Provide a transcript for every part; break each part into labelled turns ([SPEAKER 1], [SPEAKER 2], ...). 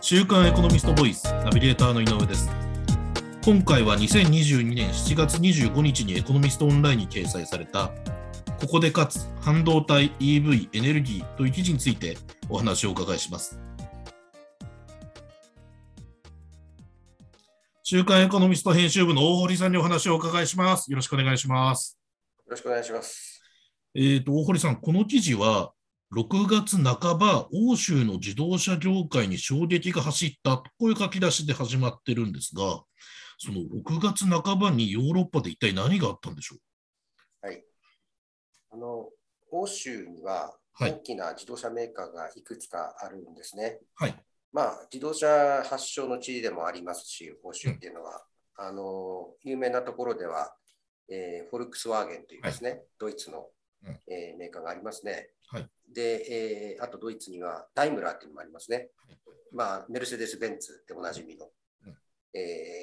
[SPEAKER 1] 週刊エコノミストボイスナビゲーターの井上です今回は2022年7月25日にエコノミストオンラインに掲載されたここでかつ半導体 EV エネルギーという記事についてお話をお伺いします週刊エコノミスト編集部の大堀さんにお話をお伺いしますよろしくお願いします
[SPEAKER 2] よろしくお願いします。
[SPEAKER 1] えー、と大堀さん、この記事は、6月半ば、欧州の自動車業界に衝撃が走った、こういう書き出しで始まってるんですが、その6月半ばにヨーロッパで一体何があったんでしょう。
[SPEAKER 2] あの欧州には
[SPEAKER 1] はい
[SPEAKER 2] 大きな自動車メーカーがいくつかあるんですね。
[SPEAKER 1] はい、
[SPEAKER 2] まあ、自動車発祥の地でもありますし、欧州っていうのは、あの有名なところでは、えーフォルクスワーゲンというですね、ドイツの、
[SPEAKER 1] うん
[SPEAKER 2] えーメーカーがありますね。
[SPEAKER 1] はい
[SPEAKER 2] で、えーあとドイツにはダイムラーっていうのもありますね
[SPEAKER 1] はい。
[SPEAKER 2] まあ、メルセデス・ベンツっておなじみの、
[SPEAKER 1] うん
[SPEAKER 2] えー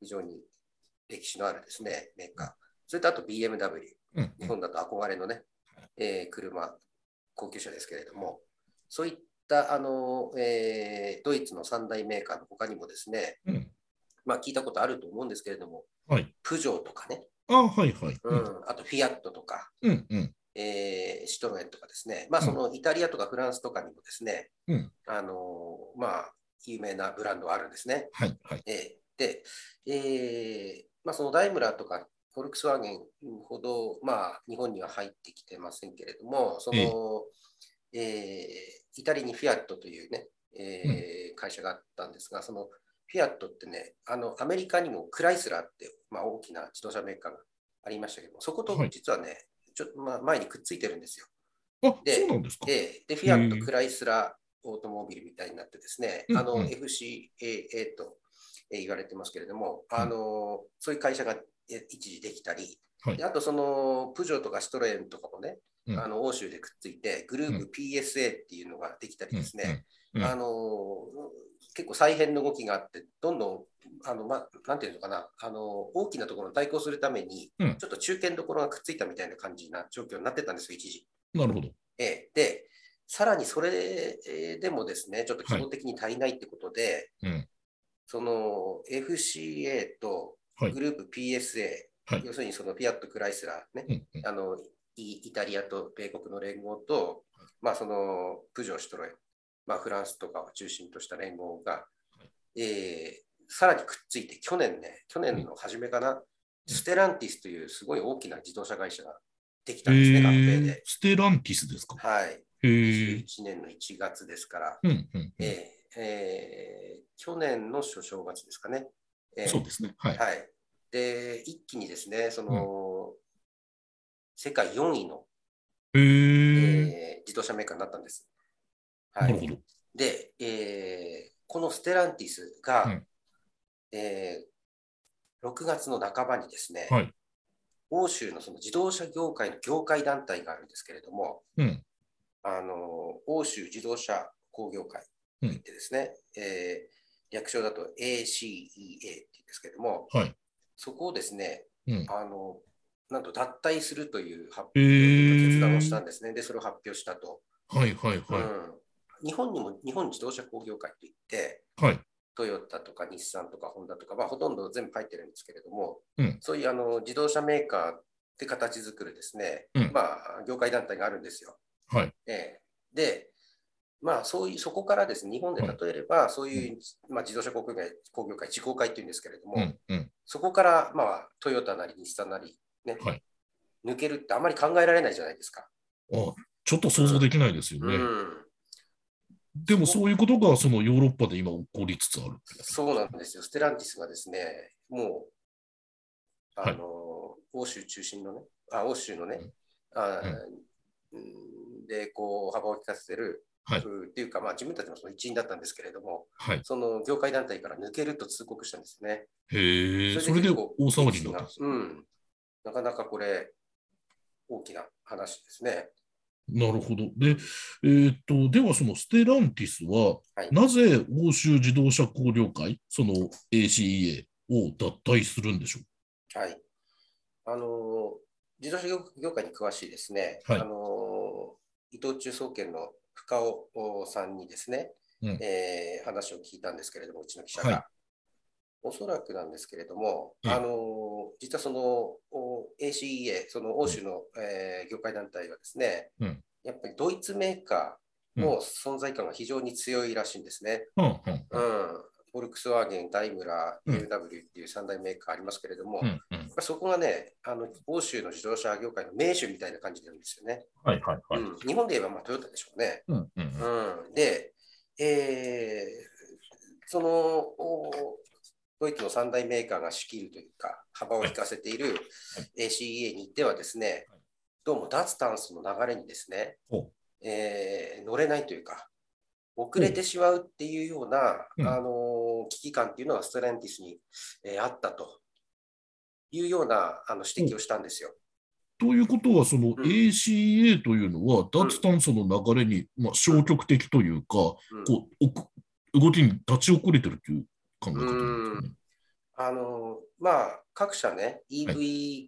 [SPEAKER 2] 非常に歴史のあるですね、メーカー。それとあと BMW、
[SPEAKER 1] うん
[SPEAKER 2] 日本だと憧れのね、えー車、高級車ですけれども、そういったあの、えードイツの三大メーカーの他にもですね、
[SPEAKER 1] うん
[SPEAKER 2] まあ、聞いたことあると思うんですけれども、
[SPEAKER 1] はい、
[SPEAKER 2] プジョーとかね、
[SPEAKER 1] あはいはい、
[SPEAKER 2] うんあとフィアットとか、
[SPEAKER 1] うんうん
[SPEAKER 2] えーシトロエンとかですね、まあ、
[SPEAKER 1] うん
[SPEAKER 2] そのイタリアとかフランスとかにもですね、
[SPEAKER 1] うん
[SPEAKER 2] あのまあ、有名なブランドがあるんですね。
[SPEAKER 1] はいはい、
[SPEAKER 2] えーで、えーまあ、そのダイムラーとかフォルクスワーゲンほど、まあ、日本には入ってきてませんけれども、その、えーイタリアにフィアットというね、えー会社があったんですが、そのフィアットってね、あのアメリカにもクライスラーって、まあ、大きな自動車メーカーがありましたけども、そこと
[SPEAKER 1] はい
[SPEAKER 2] 実はね、ちょっと、まあ、前にくっついてるんですよ。
[SPEAKER 1] あ
[SPEAKER 2] で
[SPEAKER 1] そうなんですか。
[SPEAKER 2] で、でフィアッ
[SPEAKER 1] へえ
[SPEAKER 2] ト、クライスラー、オートモービルみたいになってですね、
[SPEAKER 1] うん
[SPEAKER 2] あの
[SPEAKER 1] うん
[SPEAKER 2] FCA とえー言われてますけれども、
[SPEAKER 1] うん
[SPEAKER 2] あのそういう会社がえ一時できたり、
[SPEAKER 1] はい
[SPEAKER 2] であとそのプジョーとかシトロエンとかもね、
[SPEAKER 1] うん
[SPEAKER 2] あの欧州でくっついて、グルー
[SPEAKER 1] う
[SPEAKER 2] プ PSA っていうのができたりですね、
[SPEAKER 1] うんうん
[SPEAKER 2] あの結構再編の動きがあって、どんどん、あのま、なんていうのかな、あの大きなところに対抗するために、
[SPEAKER 1] うん
[SPEAKER 2] ちょっと中堅どころがくっついたみたいな感じな状況になってたんですよ、一時。
[SPEAKER 1] うんなるほど。
[SPEAKER 2] ええで、さらにそれえーでもですね、ちょっと規模的に足りないってことで、
[SPEAKER 1] うん
[SPEAKER 2] その FCA と
[SPEAKER 1] はい
[SPEAKER 2] グループ PSA、
[SPEAKER 1] はい
[SPEAKER 2] 要するにそのフィアット・クライスラーね、
[SPEAKER 1] うんうん
[SPEAKER 2] あのイイタリアと米国の連合と、まあ、そのプジョー・シトロエン、まあ、フランスとかを中心とした連合が、えーさらにくっついて、去年ね、去年の初めかな、ステランティスというすごい大きな自動車会社ができたんですね、合併
[SPEAKER 1] えー
[SPEAKER 2] で。
[SPEAKER 1] ステランティスですか。
[SPEAKER 2] はい、
[SPEAKER 1] へ
[SPEAKER 2] 21
[SPEAKER 1] え
[SPEAKER 2] 年の1月ですから、
[SPEAKER 1] うんうんうん
[SPEAKER 2] えーえー去年の初正月ですかね。えー
[SPEAKER 1] そうですね。はい。
[SPEAKER 2] はい、で一気にですね、その世界4位の、
[SPEAKER 1] へえ
[SPEAKER 2] えー自動車メーカーになったんです。は
[SPEAKER 1] なるほ
[SPEAKER 2] い、
[SPEAKER 1] ど。
[SPEAKER 2] で、えーこのステランティスが、
[SPEAKER 1] うん
[SPEAKER 2] えー6月の半ばにですね、
[SPEAKER 1] はい
[SPEAKER 2] 欧州のその自動車業界の業界団体があるんですけれども、
[SPEAKER 1] うん
[SPEAKER 2] あの欧州自動車工業会といってですね、えー略称だと ACEA って言うんですけれども、
[SPEAKER 1] はい
[SPEAKER 2] そこをですね、
[SPEAKER 1] うん
[SPEAKER 2] あのなんと脱退するという発表、
[SPEAKER 1] へー
[SPEAKER 2] 決断をしたんですね、でそれを発表したと、
[SPEAKER 1] はいはいはい
[SPEAKER 2] うん日本にも日本自動車工業会といって、
[SPEAKER 1] はい
[SPEAKER 2] トヨタとか日産とかホンダとか、まあ、ほとんど全部入ってるんですけれども、
[SPEAKER 1] うん
[SPEAKER 2] そういうあの自動車メーカーって形作るですね、
[SPEAKER 1] うん
[SPEAKER 2] まあ、業界団体があるんですよ。
[SPEAKER 1] はい
[SPEAKER 2] ええで、まあ、そういう、そこからですね、日本で例えれば、そういう、まあ、自動車工業会、工業会、自公会っていうんですけれども、
[SPEAKER 1] うんうん
[SPEAKER 2] そこから、まあ、トヨタなり、日産なり、ね、
[SPEAKER 1] はい
[SPEAKER 2] 抜けるってあまり考えられないじゃないですか。
[SPEAKER 1] あちょっと想像できないですよね。
[SPEAKER 2] うん、
[SPEAKER 1] でもそういうことがそのヨーロッパで今起こりつつある。
[SPEAKER 2] そうなんですよ。ステランティスがですね、もう、あの、欧州中心のね、あ、欧州のね、
[SPEAKER 1] うん
[SPEAKER 2] あうんで、こう、幅を利かせてる、
[SPEAKER 1] はい
[SPEAKER 2] うんっていうか、まあ、自分たちもその一員だったんですけれども、
[SPEAKER 1] はい。
[SPEAKER 2] その業界団体から抜けると通告したんですね。
[SPEAKER 1] へえ。それで
[SPEAKER 2] 結
[SPEAKER 1] 大
[SPEAKER 2] 構
[SPEAKER 1] 騒ぎになったんです。
[SPEAKER 2] うん。なかなかこれ、大きな話ですね。
[SPEAKER 1] なるほど。で、えーっと、ではそのステランティスは、
[SPEAKER 2] はい
[SPEAKER 1] なぜ欧州自動車工業会、その ACEA を脱退するんでしょ
[SPEAKER 2] はい。あの、自動車業業界に詳しいですね、
[SPEAKER 1] はい
[SPEAKER 2] あの、伊藤忠総研の深尾さんにですね、
[SPEAKER 1] うん
[SPEAKER 2] えー話を聞いたんですけれども、うちの記者
[SPEAKER 1] はい
[SPEAKER 2] が。おそらくなんですけれども、
[SPEAKER 1] ええ
[SPEAKER 2] あの実はそのお ACEA、その欧州の、えー業界団体がですね、
[SPEAKER 1] うん
[SPEAKER 2] やっぱりドイツメーカーの存在感が非常に強いらしいんですね。
[SPEAKER 1] うんうん
[SPEAKER 2] うん、フォルクスワーゲン、ダイムラー、
[SPEAKER 1] うん
[SPEAKER 2] BMW っていう3大メーカーありますけれども、
[SPEAKER 1] う
[SPEAKER 2] やっ
[SPEAKER 1] んうん
[SPEAKER 2] ぱりそこがねあの、欧州の自動車業界の名手みたいな感じなんですよね。
[SPEAKER 1] はいはいはい。
[SPEAKER 2] うん、日本で言えばまあトヨタでしょうね。
[SPEAKER 1] うんうんうん
[SPEAKER 2] うん、で、えーそのおドイツの三大メーカーが仕切るというか、幅を利かせている ACEA に行ってはですね
[SPEAKER 1] はい、
[SPEAKER 2] どうも脱炭素の流れにですね、
[SPEAKER 1] ほ
[SPEAKER 2] えー乗れないというか、遅れてしまうっていうような、
[SPEAKER 1] うん
[SPEAKER 2] あの危機感っていうのはストランティスに、えーあったというようなあの指摘をしたんですよ。
[SPEAKER 1] ということは、その
[SPEAKER 2] ん
[SPEAKER 1] ACA というのは、脱炭素の流れに、まあ、消極的というか、
[SPEAKER 2] うん
[SPEAKER 1] こうおく動きに立ち遅れてるという考え方なんです
[SPEAKER 2] あのまあ、各社ね、EV、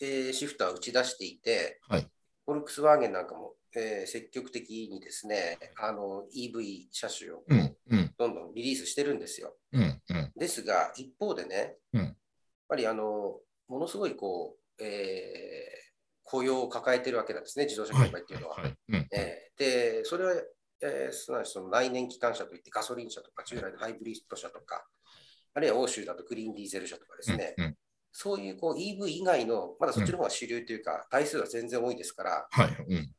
[SPEAKER 2] えーシフトは打ち出していて、
[SPEAKER 1] はい
[SPEAKER 2] フォルクスワーゲンなんかも、えー積極的にですねあの EV 車種を
[SPEAKER 1] かね。うん
[SPEAKER 2] どんどんリリースしてるんですよ。
[SPEAKER 1] うんうん
[SPEAKER 2] ですが、一方でね、
[SPEAKER 1] うん
[SPEAKER 2] やっぱりあのものすごいこう、えー雇用を抱えてるわけなんですね、自動車
[SPEAKER 1] うん。は
[SPEAKER 2] 業
[SPEAKER 1] い
[SPEAKER 2] 界っていうのは。
[SPEAKER 1] はいうん
[SPEAKER 2] えーで、それは、えーすなわちその内燃機関車といってガソリン車とか従来のハイブリッド車とか、あるいは欧州だとグリーンディーゼル車とかですね、
[SPEAKER 1] うんうん
[SPEAKER 2] そういうこう EV 以外の、まだそっちの方が主流というか、台数は全然多いですから、
[SPEAKER 1] はいうん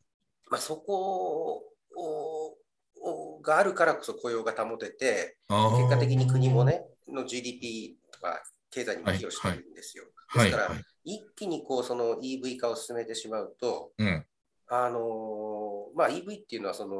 [SPEAKER 2] まあ、そこををがあるからこそ雇用が保てて、
[SPEAKER 1] あー
[SPEAKER 2] 結果的に国もね、の GDP とか経済にも寄与してるんですよ。
[SPEAKER 1] はい
[SPEAKER 2] ですから、
[SPEAKER 1] はい
[SPEAKER 2] 一気にこうその EV 化を進めてしまうと、
[SPEAKER 1] うん
[SPEAKER 2] あのーまあ、EV っていうのはその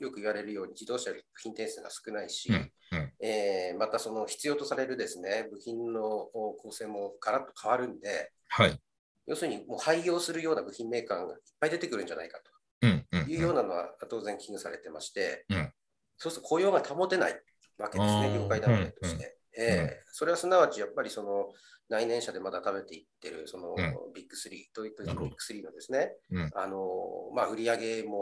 [SPEAKER 2] よく言われるように自動車より部品点数が少ないし、
[SPEAKER 1] うんうん
[SPEAKER 2] えーまたその必要とされるですね部品のお構成もガラッと変わるんで
[SPEAKER 1] はい
[SPEAKER 2] 要するにもう廃業するような部品メーカーがいっぱい出てくるんじゃないか
[SPEAKER 1] うんうん
[SPEAKER 2] というようなのは当然危惧されてまして、
[SPEAKER 1] うん
[SPEAKER 2] そうすると雇用が保てないわけです
[SPEAKER 1] あ
[SPEAKER 2] ね
[SPEAKER 1] ー
[SPEAKER 2] 業界団体として。
[SPEAKER 1] う
[SPEAKER 2] えーそれはすなわちやっぱりその内燃車でまだ食べていってるその
[SPEAKER 1] うん
[SPEAKER 2] ビッグ3、ドイツ
[SPEAKER 1] な
[SPEAKER 2] の
[SPEAKER 1] るほ
[SPEAKER 2] ビ
[SPEAKER 1] ど
[SPEAKER 2] ッグ3のですね、
[SPEAKER 1] うん
[SPEAKER 2] あのまあ、売り上げも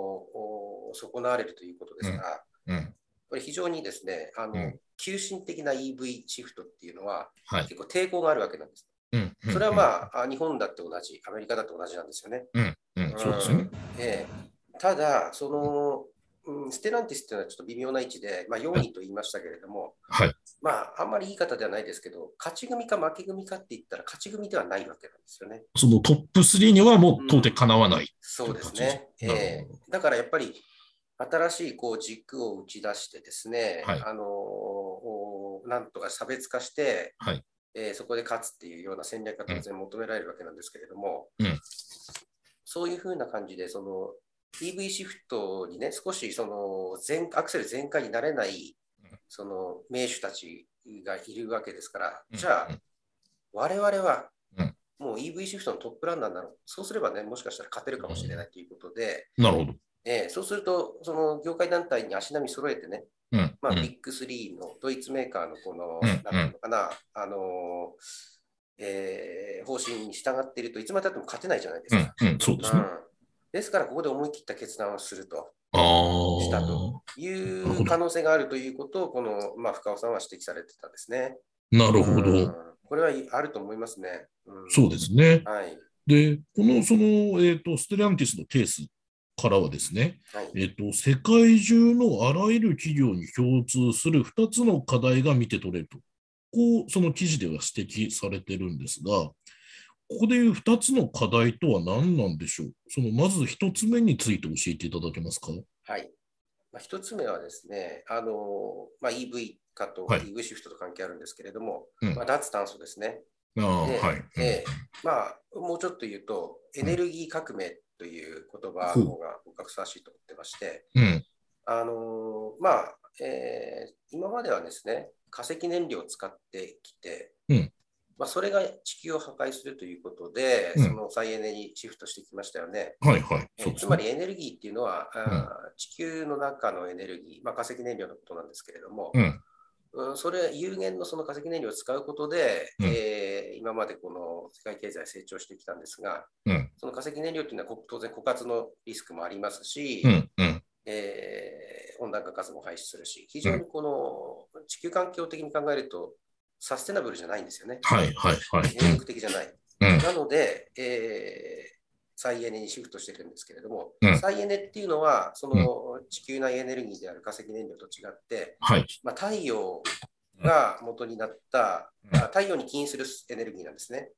[SPEAKER 2] お損なわれるということですから、
[SPEAKER 1] うん
[SPEAKER 2] これ非常にですねあの、
[SPEAKER 1] うん
[SPEAKER 2] 急進的な EV シフトっていうのは、
[SPEAKER 1] はい
[SPEAKER 2] 結構抵抗があるわけなんです。
[SPEAKER 1] うんうん
[SPEAKER 2] それはまあ、あ日本だって同じ、アメリカだって同じなんですよね。
[SPEAKER 1] うんそうですよね。
[SPEAKER 2] ええただ、その、うん、ステランティスっていうのはちょっと微妙な位置で、まあ、4位と言いましたけれども、
[SPEAKER 1] はい
[SPEAKER 2] まあ、あんまり言い方ではないですけど、勝ち組か負け組かって言ったら、勝ち組ではないわけなんですよね。
[SPEAKER 1] そのトップ3にはもう到底かなわない。
[SPEAKER 2] そうですね。
[SPEAKER 1] と
[SPEAKER 2] え
[SPEAKER 1] いう感じです
[SPEAKER 2] えだからやっぱり、新しいこう軸を打ち出してですね、
[SPEAKER 1] はい
[SPEAKER 2] あのおなんとか差別化して、
[SPEAKER 1] はい
[SPEAKER 2] えーそこで勝つっていうような戦略が当然求められるわけなんですけれども、
[SPEAKER 1] うん
[SPEAKER 2] そういうふうな感じで、その EV シフトにね、少しその全アクセル全開になれない
[SPEAKER 1] うん、
[SPEAKER 2] その名手たちがいるわけですから、
[SPEAKER 1] うん
[SPEAKER 2] じゃあ、我々は
[SPEAKER 1] うん
[SPEAKER 2] もう EV シフトのトップランナーなの、そうすればね、もしかしたら勝てるかもしれないということで、
[SPEAKER 1] なるほど。
[SPEAKER 2] えーそうすると、その業界団体に足並み揃えてね、
[SPEAKER 1] うん
[SPEAKER 2] まあ、
[SPEAKER 1] う
[SPEAKER 2] ビ
[SPEAKER 1] ん
[SPEAKER 2] ッグ3のドイツメーカーのこの、
[SPEAKER 1] うん
[SPEAKER 2] なんていうのかな、あのーえー方針に従っていると、いつまでたっても勝てないじゃないですか。
[SPEAKER 1] うんうんそうです
[SPEAKER 2] う
[SPEAKER 1] ね。
[SPEAKER 2] んですから、ここで思い切った決断をすると
[SPEAKER 1] あ
[SPEAKER 2] した
[SPEAKER 1] あ
[SPEAKER 2] とい
[SPEAKER 1] なるほ
[SPEAKER 2] う
[SPEAKER 1] ど
[SPEAKER 2] 可能性があるということを、この、まあ、深尾さんは指摘されてたんですね。
[SPEAKER 1] なるほ
[SPEAKER 2] うん
[SPEAKER 1] ど。
[SPEAKER 2] これはいあると思いますね。うん
[SPEAKER 1] そうですね。
[SPEAKER 2] はい。
[SPEAKER 1] で、このその、えー、とステランティスのケースからはですね、
[SPEAKER 2] はい。
[SPEAKER 1] えーと、世界中のあらゆる企業に共通する2つの課題が見て取れると、こうその記事では指摘されてるんですが、ここでいう2つの課題とは何なんでしょう、そのまず1つ目について教えていただけますか。
[SPEAKER 2] はい。まあ、一つ目はですね、あのまあ、EV 化と
[SPEAKER 1] はい
[SPEAKER 2] EV シフトと関係あるんですけれども、
[SPEAKER 1] うん
[SPEAKER 2] まあ、脱炭素ですね。
[SPEAKER 1] ああ
[SPEAKER 2] で
[SPEAKER 1] はい、
[SPEAKER 2] ええまあ、もうちょっと言うと、エネルギー革命という言葉
[SPEAKER 1] うん
[SPEAKER 2] の方が僕はふさわしいと思ってまして、
[SPEAKER 1] うん
[SPEAKER 2] あのまあえー今まではですね、化石燃料を使ってきて、
[SPEAKER 1] うん
[SPEAKER 2] まあ、それが地球を破壊するということで、
[SPEAKER 1] うん
[SPEAKER 2] その再エネにシフトしてきましたよね。
[SPEAKER 1] はいはい、
[SPEAKER 2] え
[SPEAKER 1] そうですね
[SPEAKER 2] つまりエネルギーっていうのは、あー地球の中のエネルギー、まあ、化石燃料のことなんですけれども、
[SPEAKER 1] うん
[SPEAKER 2] うんそれ有限のその化石燃料を使うことで、
[SPEAKER 1] うん
[SPEAKER 2] えー今までこの世界経済成長してきたんですが、
[SPEAKER 1] うん
[SPEAKER 2] その化石燃料っていうのはこ当然枯渇のリスクもありますし、
[SPEAKER 1] うんうん
[SPEAKER 2] えー温暖化ガスも排出するし、非常にこの地球環境的に考えると、サステナブルじゃないんですよね。
[SPEAKER 1] はいはいはい。
[SPEAKER 2] 永続的じゃない。
[SPEAKER 1] うん
[SPEAKER 2] なので、えー再エネにシフトしてるんですけれども、
[SPEAKER 1] うん
[SPEAKER 2] 再エネっていうのは、その地球内エネルギーである化石燃料と違って、
[SPEAKER 1] はい。
[SPEAKER 2] まあ、太陽が元になった、
[SPEAKER 1] うん
[SPEAKER 2] あ太陽に起因するエネルギーなんですね。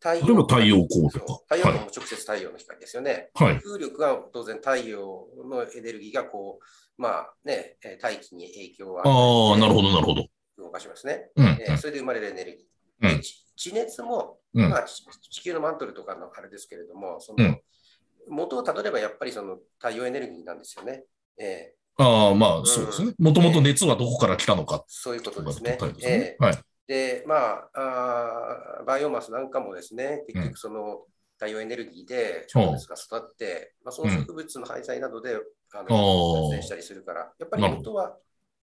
[SPEAKER 2] 太
[SPEAKER 1] 例えば太陽光とか
[SPEAKER 2] そう。太陽光も直接太陽の光ですよね。
[SPEAKER 1] はい。
[SPEAKER 2] 風力は当然太陽のエネルギーがこう、まあね、えー大気に影響は
[SPEAKER 1] ああ、なるほどなるほど。
[SPEAKER 2] 動かしますね。
[SPEAKER 1] うん。
[SPEAKER 2] えーそれで生まれるエネルギ
[SPEAKER 1] うん
[SPEAKER 2] ー。で地地熱も、
[SPEAKER 1] うん
[SPEAKER 2] まあ、地地球のマントルとかのあれですけれども、そ
[SPEAKER 1] うん
[SPEAKER 2] の元をたどればやっぱりその太陽エネルギーなんですよね。えー
[SPEAKER 1] ああ、まあそうですね。もともと熱はどこから来たのか
[SPEAKER 2] そういうこと
[SPEAKER 1] か
[SPEAKER 2] とで
[SPEAKER 1] っ
[SPEAKER 2] す
[SPEAKER 1] て
[SPEAKER 2] ね
[SPEAKER 1] こと。です
[SPEAKER 2] え
[SPEAKER 1] ね
[SPEAKER 2] ー。
[SPEAKER 1] はい。
[SPEAKER 2] で、まああーバイオマスなんかもですね、結局その太陽エネルギーで植物が育って、まあ、その植物の廃材などで、あ
[SPEAKER 1] あ
[SPEAKER 2] の
[SPEAKER 1] ー
[SPEAKER 2] 発電したりするから、やっぱり
[SPEAKER 1] なるほ
[SPEAKER 2] 元は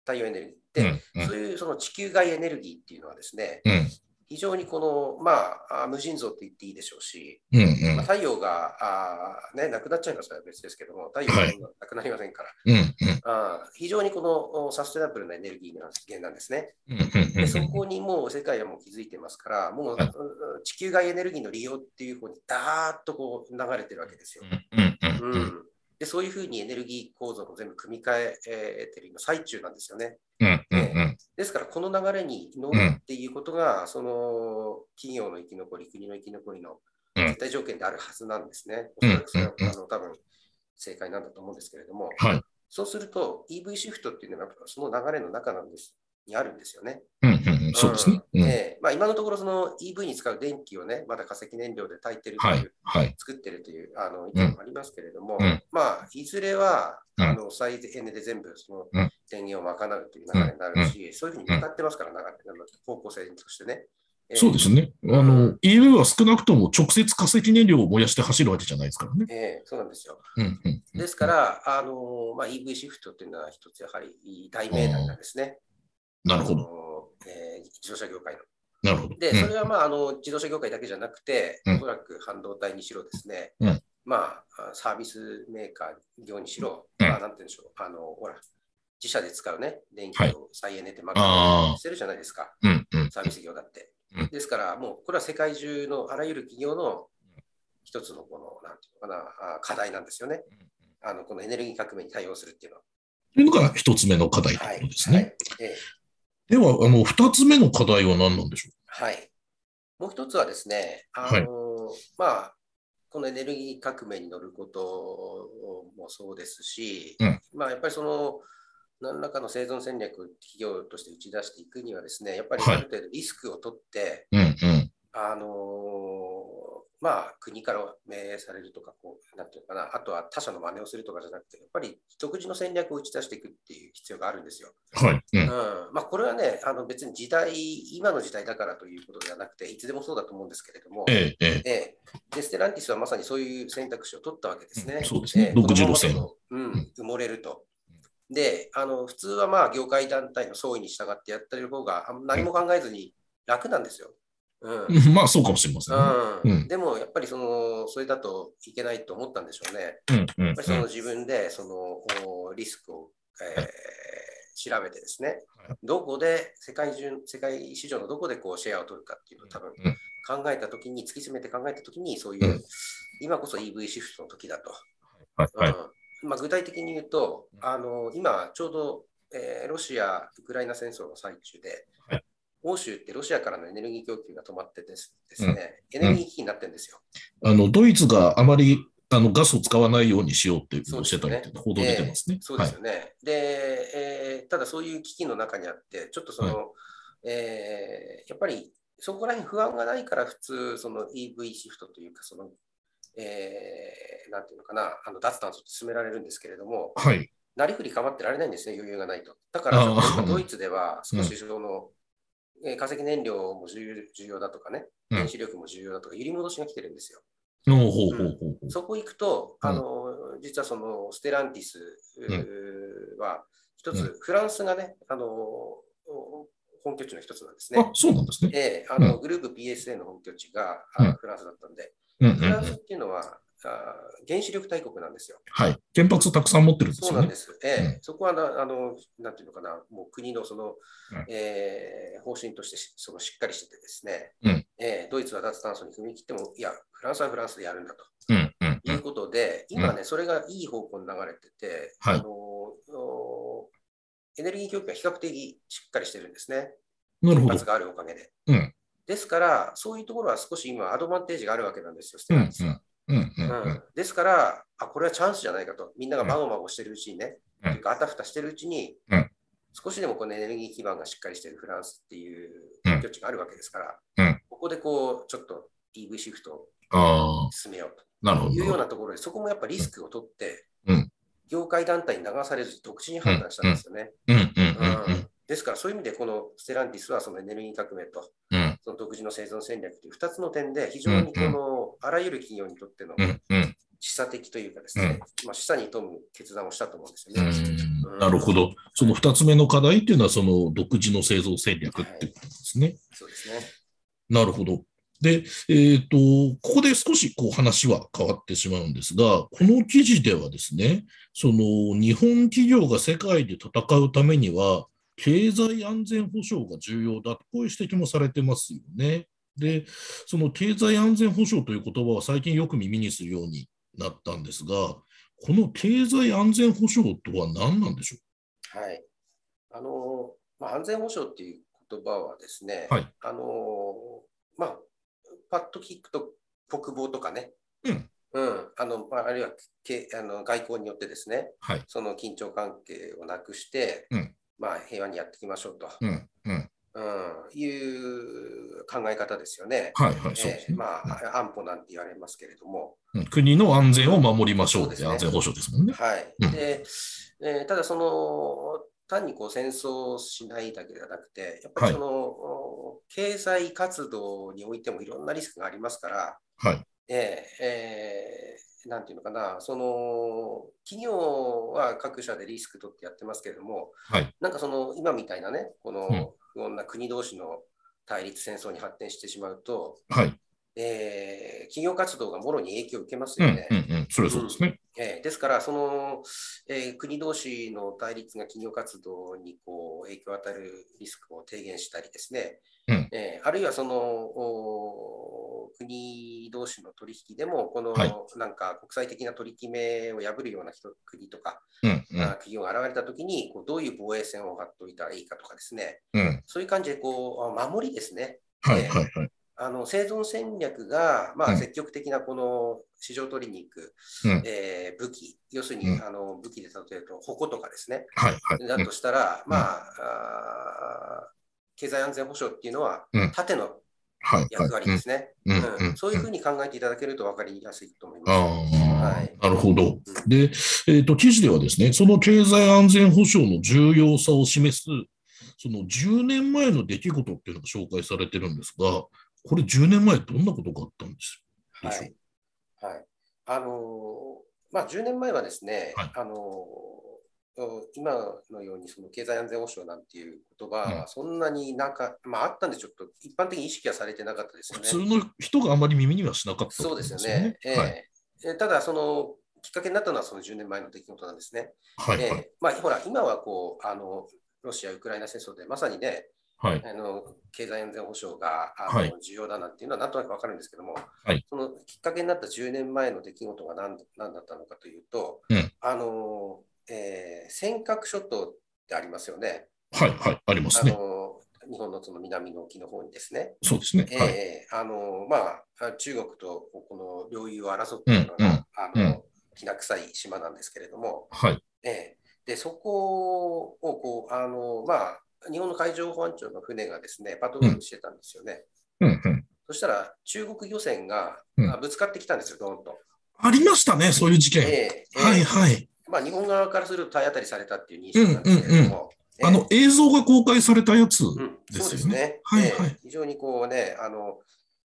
[SPEAKER 2] 太陽エネルギー
[SPEAKER 1] う
[SPEAKER 2] で、
[SPEAKER 1] ん。うん
[SPEAKER 2] そういうその地球外エネルギーっていうのはですね、
[SPEAKER 1] うん。
[SPEAKER 2] 非常にこの、まあ、あー無尽蔵って言っていいでしょうし、
[SPEAKER 1] うん
[SPEAKER 2] まあ、太陽があー、ね、なくなっちゃいますから別ですけども、太陽
[SPEAKER 1] は
[SPEAKER 2] が
[SPEAKER 1] い
[SPEAKER 2] なくなりませんから、
[SPEAKER 1] うん。うん。
[SPEAKER 2] あー非常にこのおサステナブルなエネルギーの発源なんですね。
[SPEAKER 1] うん。うん。う
[SPEAKER 2] でそ
[SPEAKER 1] ん。
[SPEAKER 2] こにもう世界はもう気づいてますから、もう
[SPEAKER 1] はい
[SPEAKER 2] うん地球外エネルギーの利用っていう方にダーッとこう流れてるわけですよ。
[SPEAKER 1] うん。うん。
[SPEAKER 2] う
[SPEAKER 1] うん。
[SPEAKER 2] ん、でそういうふうにエネルギー構造も全部組み替ええーてる今最中なんですよね。
[SPEAKER 1] うん。うん。
[SPEAKER 2] ですからこの流れに乗
[SPEAKER 1] うん
[SPEAKER 2] るっていうことが、その企業の生き残り、国の生き残りの
[SPEAKER 1] うん
[SPEAKER 2] 絶対条件であるはずなんですね。
[SPEAKER 1] う
[SPEAKER 2] お
[SPEAKER 1] ん
[SPEAKER 2] そらくそれは
[SPEAKER 1] うん
[SPEAKER 2] あの多分正解なんだと思うんですけれども、
[SPEAKER 1] はい
[SPEAKER 2] そうすると EV シフトっていうのがその流れの中なんですにあるんですよね。
[SPEAKER 1] うん。うん。そうですね。うん。
[SPEAKER 2] ええまあ、今のところその EV に使う電気をね、まだ化石燃料で炊いてるという、
[SPEAKER 1] はい。はい。
[SPEAKER 2] 作ってるというあの意見もありますけれども、
[SPEAKER 1] うん
[SPEAKER 2] まあ、いずれは、
[SPEAKER 1] うん
[SPEAKER 2] あの再エネで全部そ
[SPEAKER 1] うん
[SPEAKER 2] の電源を賄うという流れになるし、そういうふうに向かってますから、流れあの方向性としてね。ええ
[SPEAKER 1] そうですね。あの、EV は少なくとも直接化石燃料を燃やして走るわけじゃないですからね。
[SPEAKER 2] ええそうなんですよ。
[SPEAKER 1] うんうんうん
[SPEAKER 2] ですから、あのまあ、EV シフトっていうのは一つやはりいい大命題なんですね。
[SPEAKER 1] なるほど。
[SPEAKER 2] ど。ええ自動車業界の。
[SPEAKER 1] なるほど。
[SPEAKER 2] で、
[SPEAKER 1] うん
[SPEAKER 2] それはまああの自動車業界だけじゃなくて、
[SPEAKER 1] うん
[SPEAKER 2] おそらく半導体にしろですね、
[SPEAKER 1] うん
[SPEAKER 2] まあ、サービスメーカー業にしろ、
[SPEAKER 1] うん
[SPEAKER 2] まあ、なんて言うんでしょう、あのほら、自社で使うね、電気
[SPEAKER 1] はい
[SPEAKER 2] を再エネで賄
[SPEAKER 1] あ
[SPEAKER 2] っ
[SPEAKER 1] ー
[SPEAKER 2] てしてるじゃないですか、
[SPEAKER 1] うんうん
[SPEAKER 2] サービス業だって
[SPEAKER 1] うん。
[SPEAKER 2] ですから、もうこれは世界中のあらゆる企業の一つのこの、なんていうのかな、あ課題なんですよね。あのこのエネルギー革命に対応するっていうのは。
[SPEAKER 1] というのが一つ目の課題と
[SPEAKER 2] は
[SPEAKER 1] いう
[SPEAKER 2] い。
[SPEAKER 1] ことですね。
[SPEAKER 2] はいええ
[SPEAKER 1] では、あの、二つ目の課題は何なんでしょ
[SPEAKER 2] はい。もう一つはですね、あの
[SPEAKER 1] はい
[SPEAKER 2] まあ、このエネルギー革命に乗ることもそうですし、
[SPEAKER 1] うん
[SPEAKER 2] まあ、やっぱりその、何らかの生存戦略を企業として打ち出していくにはですね、やっぱり
[SPEAKER 1] はい
[SPEAKER 2] ある程度リスクを取って、
[SPEAKER 1] う。うんうん。
[SPEAKER 2] あのまあ、国から命令されるとかこう、なんていうのかな、あとは他社の真似をするとかじゃなくて、やっぱり独自の戦略を打ち出していくっていう必要があるんですよ。
[SPEAKER 1] はい。うん。
[SPEAKER 2] うんまあ、これはね、あの別に時代、今の時代だからということではなくて、いつでもそうだと思うんですけれども、
[SPEAKER 1] ええ、え
[SPEAKER 2] ええでステランティスはまさにそういう選択肢を取ったわけですね。
[SPEAKER 1] うんそうですね
[SPEAKER 2] ええ
[SPEAKER 1] 独自路線
[SPEAKER 2] このままだとうん、埋もれると。で、あの普通はまあ業界団体の総意に従ってやってる方があん何も考えずに楽なんですよ。うん
[SPEAKER 1] え。うんまあ、そうかもしれませんね。
[SPEAKER 2] うん
[SPEAKER 1] うん
[SPEAKER 2] でもやっぱりそのそれだといけないと思ったんでしょうね。
[SPEAKER 1] うんうんう
[SPEAKER 2] や
[SPEAKER 1] ん
[SPEAKER 2] っぱりその自分でそのおリスクを、えー調べてですね
[SPEAKER 1] は、
[SPEAKER 2] どこで世界中、世界市場のどこでこうシェアを取るかっていうのを多分
[SPEAKER 1] うん
[SPEAKER 2] 考えたときに、突き詰めて考えたときに、そう
[SPEAKER 1] う
[SPEAKER 2] い
[SPEAKER 1] ん
[SPEAKER 2] う、今こそ EV シフトの時だと。
[SPEAKER 1] はい。はい。
[SPEAKER 2] うんまあ、具体的に言うと
[SPEAKER 1] うん、
[SPEAKER 2] あの今ちょうど、えーロシア・ウクライナ戦争の最中で、
[SPEAKER 1] はい
[SPEAKER 2] 欧州ってロシアからのエネルギー供給が止まってですですね、エネルギー危機になってるんですよ。
[SPEAKER 1] あの、ドイツがあまり、あの、ガスを使わないようにしようっていうことをしてたりっていう報道出てますね。
[SPEAKER 2] そうで
[SPEAKER 1] は
[SPEAKER 2] す
[SPEAKER 1] い。
[SPEAKER 2] よね。で、えーただそういう危機の中にあって、ちょっとその、えーやっぱりそこら辺不安がないから、普通、その EV シフトというか、その、えーなんていうのかな、あの脱炭素って進められるんですけれども、
[SPEAKER 1] はい。
[SPEAKER 2] なりふり構ってられないんですね、余裕がないと。だから、
[SPEAKER 1] あー
[SPEAKER 2] 今ドイツでは少しその、えー化石燃料も重要重要だとかね、
[SPEAKER 1] うん
[SPEAKER 2] 原子力も重要だとか、揺り戻しが来てるんですよ。
[SPEAKER 1] ほうほうほうほうほう。
[SPEAKER 2] そこ行くと、
[SPEAKER 1] うん
[SPEAKER 2] あの実はそのステランティス
[SPEAKER 1] う
[SPEAKER 2] うーは、一
[SPEAKER 1] う
[SPEAKER 2] つ、フランスがね、あの本拠地の一つなんです
[SPEAKER 1] あ
[SPEAKER 2] ね、。
[SPEAKER 1] そうなんですね。
[SPEAKER 2] ええあのグループ PSA の本拠地が、あ
[SPEAKER 1] うん
[SPEAKER 2] フランスだったんで、
[SPEAKER 1] うんうん
[SPEAKER 2] フ
[SPEAKER 1] う
[SPEAKER 2] ランスっ
[SPEAKER 1] ん。
[SPEAKER 2] ていうのは、あ原子力大国なんですよ。
[SPEAKER 1] はい。原発をたくさん持ってるんです
[SPEAKER 2] そう
[SPEAKER 1] よ
[SPEAKER 2] なん
[SPEAKER 1] ね
[SPEAKER 2] で。す。ええ
[SPEAKER 1] う
[SPEAKER 2] そこはなあの、なんていうのかな、もう国のその、
[SPEAKER 1] うん
[SPEAKER 2] えー方針としてしそのしっかりしててですね、
[SPEAKER 1] うん
[SPEAKER 2] ええドイツは脱炭素に踏み切っても、いや、フランスはフランスでやるんだと
[SPEAKER 1] うん、うん、う。
[SPEAKER 2] いうんことで、
[SPEAKER 1] ん
[SPEAKER 2] 今ね、それがいい方向に流れてて、
[SPEAKER 1] はい
[SPEAKER 2] あのおエネルギー供給が比較的しっかりしてるんですね、
[SPEAKER 1] なるほど
[SPEAKER 2] 罰。があるおかげで。
[SPEAKER 1] うん、
[SPEAKER 2] ですから、そういうところは少し今、アドバンテージがあるわけなんですよ、ス
[SPEAKER 1] う
[SPEAKER 2] テ
[SPEAKER 1] ん、う
[SPEAKER 2] ラ
[SPEAKER 1] ん
[SPEAKER 2] リスは。、
[SPEAKER 1] うん、うん、
[SPEAKER 2] う
[SPEAKER 1] うん
[SPEAKER 2] んですからあ、これはチャンスじゃないかと、みんながまごまごしてるうちにね、
[SPEAKER 1] うん
[SPEAKER 2] というかあたふたしてるうちに、
[SPEAKER 1] うん
[SPEAKER 2] 少しでもこのエネルギー基盤がしっかりしているフランスっていう
[SPEAKER 1] うん
[SPEAKER 2] 余地があるわけですから、
[SPEAKER 1] うん
[SPEAKER 2] ここでこうちょっと EV シフトを
[SPEAKER 1] あ
[SPEAKER 2] 進めよう
[SPEAKER 1] あ、なるほ
[SPEAKER 2] と
[SPEAKER 1] ど。
[SPEAKER 2] いうようなところで、そこもやっぱリスクを取って、
[SPEAKER 1] うん
[SPEAKER 2] 業界団体に流されず、独自に判断したんですよね。
[SPEAKER 1] うん、うん、うん、
[SPEAKER 2] う
[SPEAKER 1] うんん、
[SPEAKER 2] ですから、そういう意味で、このステランティスはそのエネルギー革命と、
[SPEAKER 1] うん、
[SPEAKER 2] その独自の生存戦略という2つの点で、非常にこのあらゆる企業にとっての
[SPEAKER 1] うん、うん。
[SPEAKER 2] 示唆的というかですね、まあ、示唆に富む決断をしたと思うんですよね。
[SPEAKER 1] うんなるほど。その二つ目の課題っていうのは、その独自の製造戦略っていうことですね。
[SPEAKER 2] そうですね。
[SPEAKER 1] なるほど。で、えっ、と、ここで少しこう話は変わってしまうんですが、この記事ではですね、その日本企業が世界で戦うためには、経済安全保障が重要だと、こういう指摘もされてますよね。で、その経済安全保障という言葉は最近よく耳にするようになったんですが、この経済安全保障とは何なんでしょ
[SPEAKER 2] はい。あの、まあ、安全保障っていう言葉はですね、
[SPEAKER 1] はい
[SPEAKER 2] あの、まあ、パッと聞くと国防とかね、
[SPEAKER 1] うん
[SPEAKER 2] うんあのまあ、あるいはけあの外交によってですね、
[SPEAKER 1] はい
[SPEAKER 2] その緊張関係をなくして、
[SPEAKER 1] うん
[SPEAKER 2] まあ、平和にやっていきましょうと、
[SPEAKER 1] う。うん、うん、
[SPEAKER 2] うん、いう考え方ですよね。
[SPEAKER 1] はいはい、そうで
[SPEAKER 2] え
[SPEAKER 1] す
[SPEAKER 2] え
[SPEAKER 1] ね。
[SPEAKER 2] まあ、安保なんて言われますけれども、
[SPEAKER 1] うん国の安全を守りましょうっ
[SPEAKER 2] そうです
[SPEAKER 1] て
[SPEAKER 2] ね
[SPEAKER 1] 安全保障ですもんね。
[SPEAKER 2] はい、
[SPEAKER 1] うん
[SPEAKER 2] で、えーただその単にこう戦争をしないだけではなくて、やっぱりその、お経済活動においてもいろんなリスクがありますから、
[SPEAKER 1] はい
[SPEAKER 2] えーえーなんていうのかな、その企業は各社でリスク取ってやってますけれども、
[SPEAKER 1] はい
[SPEAKER 2] なんかその今みたいなね、こ
[SPEAKER 1] うん
[SPEAKER 2] の不穏な国同士の対立戦争に発展してしまうと、
[SPEAKER 1] はい。
[SPEAKER 2] えー企業活動がもろに影響を受けます
[SPEAKER 1] うん、
[SPEAKER 2] よ
[SPEAKER 1] う
[SPEAKER 2] ね。
[SPEAKER 1] ん、うん。それはそうですね。
[SPEAKER 2] えーですから、その、えー国同士の対立が企業活動にこう影響を与えるリスクを低減したりですね、
[SPEAKER 1] うん
[SPEAKER 2] えーあるいはそのお国同士の取引でも、この、
[SPEAKER 1] はい
[SPEAKER 2] なんか国際的な取り決めを破るような人国とか、
[SPEAKER 1] うん、
[SPEAKER 2] あ企業が現れたときにこう、どういう防衛線を張っておいたらいいかとかですね、
[SPEAKER 1] うん、うん。
[SPEAKER 2] そういう感じでこうあ守りですね、
[SPEAKER 1] はい、はい、はい。
[SPEAKER 2] あの生存戦略が、ま
[SPEAKER 1] う
[SPEAKER 2] あ、
[SPEAKER 1] ん
[SPEAKER 2] 積極的なこの市場取りに行く、
[SPEAKER 1] うん
[SPEAKER 2] えー武器、要するに、
[SPEAKER 1] うん
[SPEAKER 2] あの武器で例えると、矛とかですね、
[SPEAKER 1] はい、はい。
[SPEAKER 2] だ
[SPEAKER 1] うん
[SPEAKER 2] としたら、
[SPEAKER 1] うん
[SPEAKER 2] まああー経済安全保障っていうのは
[SPEAKER 1] うん、
[SPEAKER 2] 縦の
[SPEAKER 1] はい、
[SPEAKER 2] 役割
[SPEAKER 1] はい。う
[SPEAKER 2] で
[SPEAKER 1] ん
[SPEAKER 2] すね、
[SPEAKER 1] うん
[SPEAKER 2] うん
[SPEAKER 1] うん
[SPEAKER 2] そういうふうに考えていただけると分かりやすいと思います。
[SPEAKER 1] あ
[SPEAKER 2] は
[SPEAKER 1] あ
[SPEAKER 2] い、
[SPEAKER 1] なるほど。で、えっ、と、記事ではですね、その経済安全保障の重要さを示す、その10年前の出来事っていうのが紹介されてるんですが、これ10年前どんなことがあったんですで
[SPEAKER 2] は
[SPEAKER 1] しょ
[SPEAKER 2] いはいあのーまあ、10年前はですね、
[SPEAKER 1] はい
[SPEAKER 2] あのーお今のようにその経済安全保障なんていう言葉はそんなになんか、まああったんでちょっと一般的に意識はされてなかったですよ
[SPEAKER 1] 普
[SPEAKER 2] ね。
[SPEAKER 1] 通の人があまり耳にはしなかったって
[SPEAKER 2] そ
[SPEAKER 1] こ
[SPEAKER 2] う
[SPEAKER 1] と
[SPEAKER 2] ですよね。え
[SPEAKER 1] はい、
[SPEAKER 2] ええただ、そのきっかけになったのはその10年前の出来事なんですね。
[SPEAKER 1] はい、
[SPEAKER 2] え
[SPEAKER 1] はい、
[SPEAKER 2] えまあ、ほら、今はこうあのロシア・ウクライナ戦争でまさにね、
[SPEAKER 1] はい、
[SPEAKER 2] あの経済安全保障があの、
[SPEAKER 1] はい
[SPEAKER 2] 重要だなっていうのはなんとなくわかるんですけども、
[SPEAKER 1] はい
[SPEAKER 2] そのきっかけになった10年前の出来事が何何だったのかというと、
[SPEAKER 1] うん
[SPEAKER 2] あのえー尖閣諸島ってありますよね、
[SPEAKER 1] はい、はい、あります
[SPEAKER 2] あ
[SPEAKER 1] ね。
[SPEAKER 2] の日本のその南の沖の方にですね。
[SPEAKER 1] そうですね。はい、
[SPEAKER 2] ええあのまああ、中国とこの領有を争っているのが、
[SPEAKER 1] うんうん
[SPEAKER 2] あの
[SPEAKER 1] う
[SPEAKER 2] きな臭い島なんですけれども、
[SPEAKER 1] はい、
[SPEAKER 2] ええでそこをこうあの、まあ、日本の海上保安庁の船がですねパトロールしてたんですよね。
[SPEAKER 1] うん、うん。
[SPEAKER 2] そしたら中国漁船が、
[SPEAKER 1] うん
[SPEAKER 2] あぶつかってきたんですよ、どんと。
[SPEAKER 1] ありましたね、そういう事件。
[SPEAKER 2] ええ
[SPEAKER 1] は
[SPEAKER 2] え
[SPEAKER 1] い、
[SPEAKER 2] え
[SPEAKER 1] はい。
[SPEAKER 2] まあ、日本側からすると体当たりされたっていう認識なんですけれども。ええ
[SPEAKER 1] あの、映像が公開されたやつ。
[SPEAKER 2] うん、
[SPEAKER 1] ですよね
[SPEAKER 2] そうですね。
[SPEAKER 1] はい
[SPEAKER 2] ええ
[SPEAKER 1] はい
[SPEAKER 2] 非常にこうね、あの、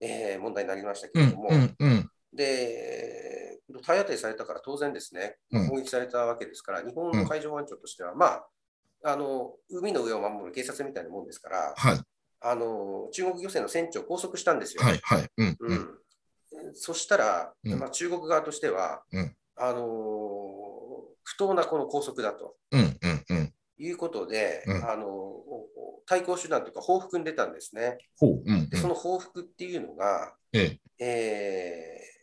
[SPEAKER 2] ええ問題になりましたけ
[SPEAKER 1] う
[SPEAKER 2] れ
[SPEAKER 1] ん
[SPEAKER 2] ども、
[SPEAKER 1] うんうん
[SPEAKER 2] で、体当たりされたから当然ですね、
[SPEAKER 1] うん
[SPEAKER 2] 攻撃されたわけですから、日本の海上保安庁としては、まあ、あの海の上を守る警察みたいなもんですから、
[SPEAKER 1] はい
[SPEAKER 2] あの中国漁船の船長を拘束したんですよ。
[SPEAKER 1] はいはいうん
[SPEAKER 2] う
[SPEAKER 1] うんん
[SPEAKER 2] そしたら、
[SPEAKER 1] うん
[SPEAKER 2] まあ、中国側としては、
[SPEAKER 1] うん
[SPEAKER 2] あのー不当なこの拘束だと
[SPEAKER 1] うんうんうん。
[SPEAKER 2] いうことで、
[SPEAKER 1] うん
[SPEAKER 2] あのー対抗手段というか報復に出たんですね。
[SPEAKER 1] ほう。うん、
[SPEAKER 2] でその報復っていうのが、
[SPEAKER 1] ええ。
[SPEAKER 2] えー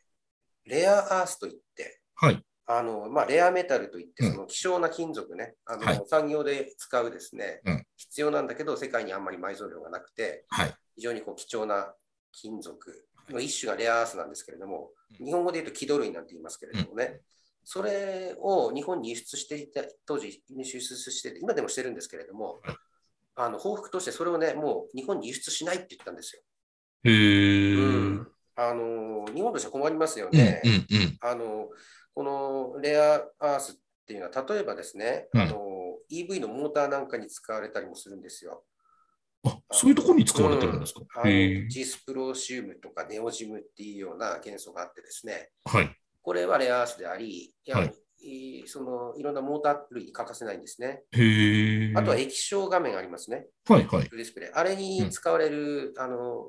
[SPEAKER 2] レアアースといって、
[SPEAKER 1] はい。
[SPEAKER 2] あのまあ、レアメタルといって、
[SPEAKER 1] うん
[SPEAKER 2] その希少な金属ね、あの
[SPEAKER 1] はい
[SPEAKER 2] 産業で使うですね、
[SPEAKER 1] うん
[SPEAKER 2] 必要なんだけど、世界にあんまり埋蔵量がなくて、
[SPEAKER 1] はい。
[SPEAKER 2] 非常にこう貴重な金属の一種がレアアースなんですけれども、
[SPEAKER 1] うん
[SPEAKER 2] 日本語で言うと気土類なんて言いますけれどもね、
[SPEAKER 1] うん
[SPEAKER 2] それを日本に輸出していた、当時輸出してて、今でもしてるんですけれども
[SPEAKER 1] はい、
[SPEAKER 2] あの報復としてそれをね、もう日本に輸出しないって言ったんですよ。
[SPEAKER 1] へえ。
[SPEAKER 2] う
[SPEAKER 1] うん
[SPEAKER 2] んあの日本としては困りますよ
[SPEAKER 1] うん
[SPEAKER 2] ね。
[SPEAKER 1] うん。
[SPEAKER 2] あのこのレアアースっていうのは、例えばですね、
[SPEAKER 1] うん
[SPEAKER 2] あの EV のモーターなんかに使われたりもするんですよ。
[SPEAKER 1] あ、そういうところに使われてるんですか
[SPEAKER 2] う。あの
[SPEAKER 1] へえ。
[SPEAKER 2] ジスプロシウムとかネオジムっていうような元素があってですね、
[SPEAKER 1] はい。
[SPEAKER 2] これはレアアースであり、いや
[SPEAKER 1] はい
[SPEAKER 2] いそのいろんなモーター類に欠かせないんですね。
[SPEAKER 1] へえ。
[SPEAKER 2] あとは
[SPEAKER 1] はい
[SPEAKER 2] 液晶画面ありますね、
[SPEAKER 1] はい。
[SPEAKER 2] ディスプレイ。あれに使われる、あの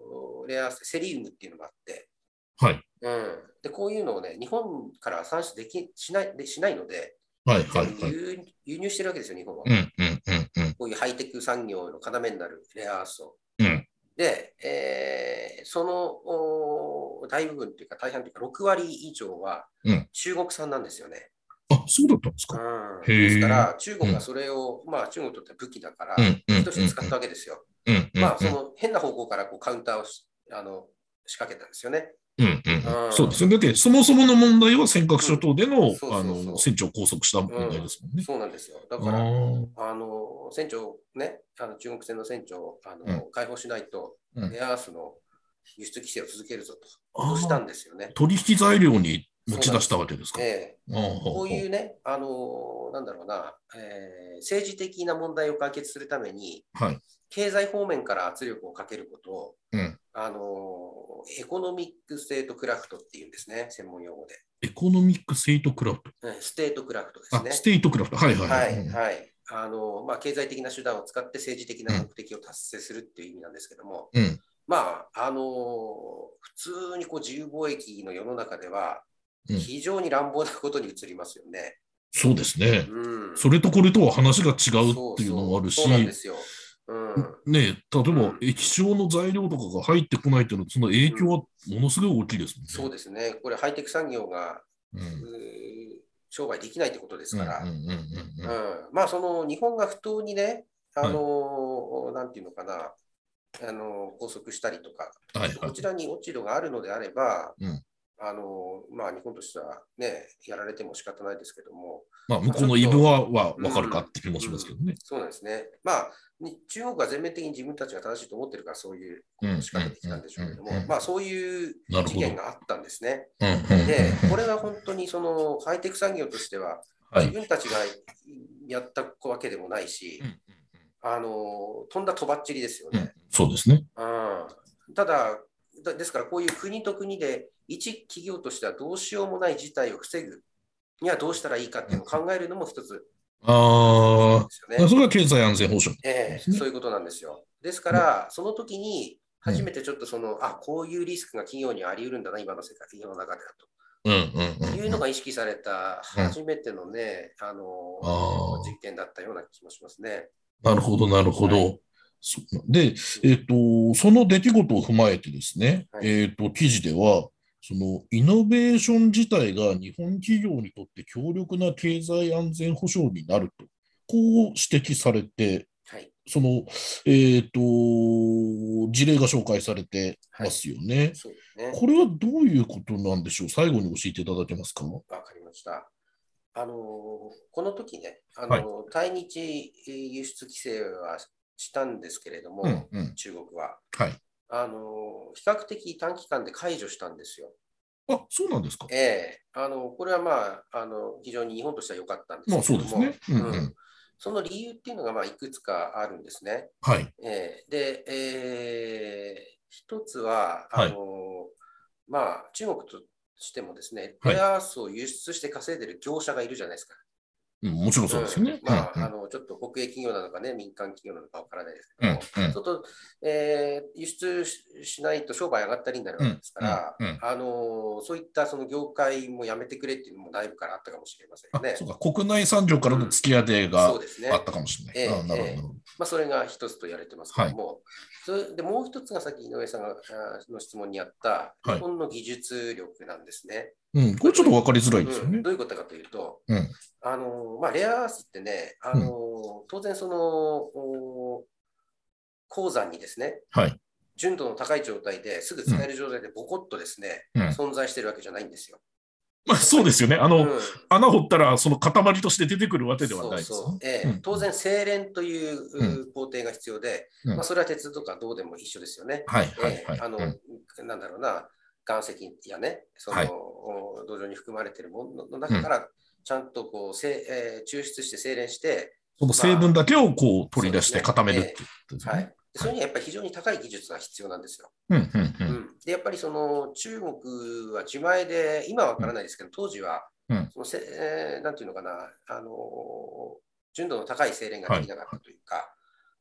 [SPEAKER 2] レアアース、セリウムっていうのがあって、
[SPEAKER 1] はい。
[SPEAKER 2] うん、でこういうのをね、日本から産出できしないでしないので、
[SPEAKER 1] はいはいはい。
[SPEAKER 2] 輸輸入してるわけですよ、日本は。
[SPEAKER 1] うんうんうんうん
[SPEAKER 2] こういうハイテク産業の要になるレアアースを。
[SPEAKER 1] うん。
[SPEAKER 2] で、えーそのおー大部分というか、大半というか、6割以上は
[SPEAKER 1] うん
[SPEAKER 2] 中国産なんですよね。
[SPEAKER 1] あ、そうだったんです
[SPEAKER 2] う
[SPEAKER 1] か。
[SPEAKER 2] ん、
[SPEAKER 1] へー
[SPEAKER 2] ですから、中国がそれを、まあ、中国にとっては武器だから
[SPEAKER 1] うん、うんうん
[SPEAKER 2] として使ったわけですよ。
[SPEAKER 1] うんうんうん。
[SPEAKER 2] まあ、その変な方向からこうカウンターをしあの仕掛けたんですよね。
[SPEAKER 1] うんうんう、
[SPEAKER 2] うんん
[SPEAKER 1] そうですよね。だってそもそもの問題は尖閣諸島での,、
[SPEAKER 2] うんそうそうそう
[SPEAKER 1] あの船長を拘束した問題ですもんね。
[SPEAKER 2] そうなんですよ。だ
[SPEAKER 1] あ
[SPEAKER 2] から、
[SPEAKER 1] ー
[SPEAKER 2] あの船長、ね、あの中国船の船長をあの、
[SPEAKER 1] うん
[SPEAKER 2] 解放しないと、
[SPEAKER 1] うん
[SPEAKER 2] レアアースの輸出規制を続けるぞと、
[SPEAKER 1] あ
[SPEAKER 2] 脅
[SPEAKER 1] ー
[SPEAKER 2] したんですよね。
[SPEAKER 1] 取引材料に持ち出したわけですか。
[SPEAKER 2] ええ
[SPEAKER 1] あー
[SPEAKER 2] こういううね、あのなんだろうな、えー政治的な問題を解決するために、
[SPEAKER 1] はい
[SPEAKER 2] 経済方面から圧力をかけることを、
[SPEAKER 1] うん
[SPEAKER 2] あのエコノミック・ステート・クラフトっていうんですね、専門用語で。
[SPEAKER 1] エコノミック・セイト・クラフト。
[SPEAKER 2] うんステート・クラフトで
[SPEAKER 1] あ
[SPEAKER 2] す、ね。
[SPEAKER 1] ステイト・クラフト。はいはい
[SPEAKER 2] は
[SPEAKER 1] はい。
[SPEAKER 2] い、
[SPEAKER 1] うん
[SPEAKER 2] はい。あのまあ、経済的な手段を使って政治的な目的を達成するっていう意味なんですけども、
[SPEAKER 1] うん
[SPEAKER 2] まあ、あの普通にこう自由貿易の世の中では、
[SPEAKER 1] うん
[SPEAKER 2] 非常に乱暴なことに移りますよね。
[SPEAKER 1] そうですね。
[SPEAKER 2] うん、
[SPEAKER 1] それとこれとは話が違うっていうのもあるし
[SPEAKER 2] そうそう、そうなんですよ。うん、
[SPEAKER 1] ねえ、例えば
[SPEAKER 2] ん
[SPEAKER 1] 液晶の材料とかが入ってこないっていうのは、その影響はものすごい大きいですも
[SPEAKER 2] そ
[SPEAKER 1] ん
[SPEAKER 2] うですね、これ、ハイテク産業が、
[SPEAKER 1] ね。
[SPEAKER 2] う
[SPEAKER 1] う
[SPEAKER 2] ー
[SPEAKER 1] ん
[SPEAKER 2] 商売できないってことですから、
[SPEAKER 1] うんうんうんうんうん
[SPEAKER 2] うんまあ、その日本が不当にね、あのなんていうのかな、あの拘束したりとか、
[SPEAKER 1] はいは
[SPEAKER 2] こ
[SPEAKER 1] い
[SPEAKER 2] ちらに落ち度があるのであれば、
[SPEAKER 1] うん
[SPEAKER 2] あのまあ、日本としては、ね、やられても仕方ないですけども、
[SPEAKER 1] まあ、向こうの言い分はは分かるかって気もしますけどね。
[SPEAKER 2] そうなんですね、まあ、に中国は全面的に自分たちが正しいと思ってるから、そういうことを仕掛けてきたんでしょうけど
[SPEAKER 1] うんうんうんう
[SPEAKER 2] も、
[SPEAKER 1] ん
[SPEAKER 2] まあ、そういう
[SPEAKER 1] なる
[SPEAKER 2] 事
[SPEAKER 1] ほど。
[SPEAKER 2] 件があったんですね。
[SPEAKER 1] うんうんうん
[SPEAKER 2] で、これが本当にそのハイテク産業としては、
[SPEAKER 1] は
[SPEAKER 2] 自
[SPEAKER 1] い。
[SPEAKER 2] 分たちがやったわけでもないし、あの飛んだとばっちりですよ
[SPEAKER 1] う
[SPEAKER 2] ね。
[SPEAKER 1] んそうですね。
[SPEAKER 2] うんただだ、ですからこういう国と国で、一企業としてはどうしようもない事態を防ぐにはどうしたらいいかっていうのを考えるのも一つ
[SPEAKER 1] あ
[SPEAKER 2] で
[SPEAKER 1] あ、
[SPEAKER 2] すよね。
[SPEAKER 1] それは経済安全保障。
[SPEAKER 2] ええそういうことなんですよ。ですから、その時に初めてちょっとその、あこういうリスクが企業にあり得るんだな、今の世界、世の中でだと。
[SPEAKER 1] うんうんうん。
[SPEAKER 2] いうのが意識された
[SPEAKER 1] うん
[SPEAKER 2] 初めてのね、あの
[SPEAKER 1] あー
[SPEAKER 2] 実験だったような気もしますね。
[SPEAKER 1] なるほど、なるほど。
[SPEAKER 2] は
[SPEAKER 1] そで、えっ、と、その出来事を踏まえてですね、
[SPEAKER 2] はい
[SPEAKER 1] えっ、と、記事では、そのイノベーション自体が日本企業にとって強力な経済安全保障になると、こう指摘されて、
[SPEAKER 2] はい、
[SPEAKER 1] その、えっ、と、事例が紹介されてますよね。
[SPEAKER 2] そうですね。
[SPEAKER 1] これはどういうことなんでしょう最後に教えていただけますかは
[SPEAKER 2] わかりました。あのこの時ね、あの
[SPEAKER 1] はい
[SPEAKER 2] 対日輸出規制はしたんですけれども、
[SPEAKER 1] うんうん
[SPEAKER 2] 中国は。
[SPEAKER 1] い。
[SPEAKER 2] あの比較的短期間で解除したんですよ。
[SPEAKER 1] あ、そうなんですか。
[SPEAKER 2] ええあのこれはまああの、非常に日本としては良かったんです
[SPEAKER 1] まあ
[SPEAKER 2] け
[SPEAKER 1] そう
[SPEAKER 2] れ
[SPEAKER 1] で
[SPEAKER 2] ど
[SPEAKER 1] す
[SPEAKER 2] も、
[SPEAKER 1] ね。うんう
[SPEAKER 2] うんん。その理由っていうのが、まあ、いくつかあるんですね。
[SPEAKER 1] はい。
[SPEAKER 2] えーで、えー一つは、
[SPEAKER 1] はい
[SPEAKER 2] あのまあ、中国としてもですね、
[SPEAKER 1] はい
[SPEAKER 2] レアアースを輸出して稼いでる業者がいるじゃないですか。
[SPEAKER 1] うん、もちろんそうですよね。
[SPEAKER 2] んまあ、
[SPEAKER 1] うんうん
[SPEAKER 2] あの、ちょっと国営企業なのかね、民間企業なのかわからないです
[SPEAKER 1] う
[SPEAKER 2] け
[SPEAKER 1] んう
[SPEAKER 2] ど
[SPEAKER 1] ん
[SPEAKER 2] も、ちょっと、えー輸出ししないと商売上がったりになるわけですから、
[SPEAKER 1] うんうんうん
[SPEAKER 2] あのそういったその業界もやめてくれっていうのも内部からあったかもしれません
[SPEAKER 1] あ
[SPEAKER 2] よね。
[SPEAKER 1] そうか国内産業からの突き当てが
[SPEAKER 2] そうですね。
[SPEAKER 1] あったかもしれ
[SPEAKER 2] ええ
[SPEAKER 1] ない。あなるほど
[SPEAKER 2] ええ
[SPEAKER 1] なるほど。
[SPEAKER 2] まあ、それが一つと言われてますけども、それでもう一つがさっき井上さんがあーの質問にあった、
[SPEAKER 1] はい
[SPEAKER 2] 日本の技術力なんですね。
[SPEAKER 1] うん、これちょっと分かりづらいですよ
[SPEAKER 2] う
[SPEAKER 1] ね
[SPEAKER 2] ん、。どういうことかというと、
[SPEAKER 1] うん
[SPEAKER 2] あのまあ、レアアースってね、あの当然そのお鉱山にですね、
[SPEAKER 1] はい
[SPEAKER 2] 純度の高い状態ですぐ使える状態でボコッとですね、
[SPEAKER 1] うん
[SPEAKER 2] 存在してるわけじゃないんですよ。
[SPEAKER 1] まあ、そうですよね。あの、
[SPEAKER 2] うん
[SPEAKER 1] 穴掘ったらその塊として出てくるわけではないです
[SPEAKER 2] そうそ
[SPEAKER 1] よ
[SPEAKER 2] う
[SPEAKER 1] ね。
[SPEAKER 2] ええ
[SPEAKER 1] うん
[SPEAKER 2] 当然、精錬という
[SPEAKER 1] う
[SPEAKER 2] う工程が必要で、
[SPEAKER 1] うん
[SPEAKER 2] まあ、それは鉄とか銅でも一緒ですよね。
[SPEAKER 1] はいはい
[SPEAKER 2] え
[SPEAKER 1] はい。
[SPEAKER 2] えあの、
[SPEAKER 1] うん
[SPEAKER 2] なんだろうな、岩石やね、その、
[SPEAKER 1] はい
[SPEAKER 2] お土壌に含まれているものの中から、ちゃんとこう、せえー抽出して精錬して、
[SPEAKER 1] その成分だけをこう取り出して
[SPEAKER 2] そうですね
[SPEAKER 1] 固めるっていうことですよ
[SPEAKER 2] は
[SPEAKER 1] ね
[SPEAKER 2] い。。でそれにはやっぱり非常に高い技術が必要なんですよ。
[SPEAKER 1] うんうんう
[SPEAKER 2] うんん、で、やっぱりその中国は自前で、今はわからないですけど、当時は、
[SPEAKER 1] うん
[SPEAKER 2] そのせえーなんていうのかな、あのー純度の高い精錬ができなかったというか、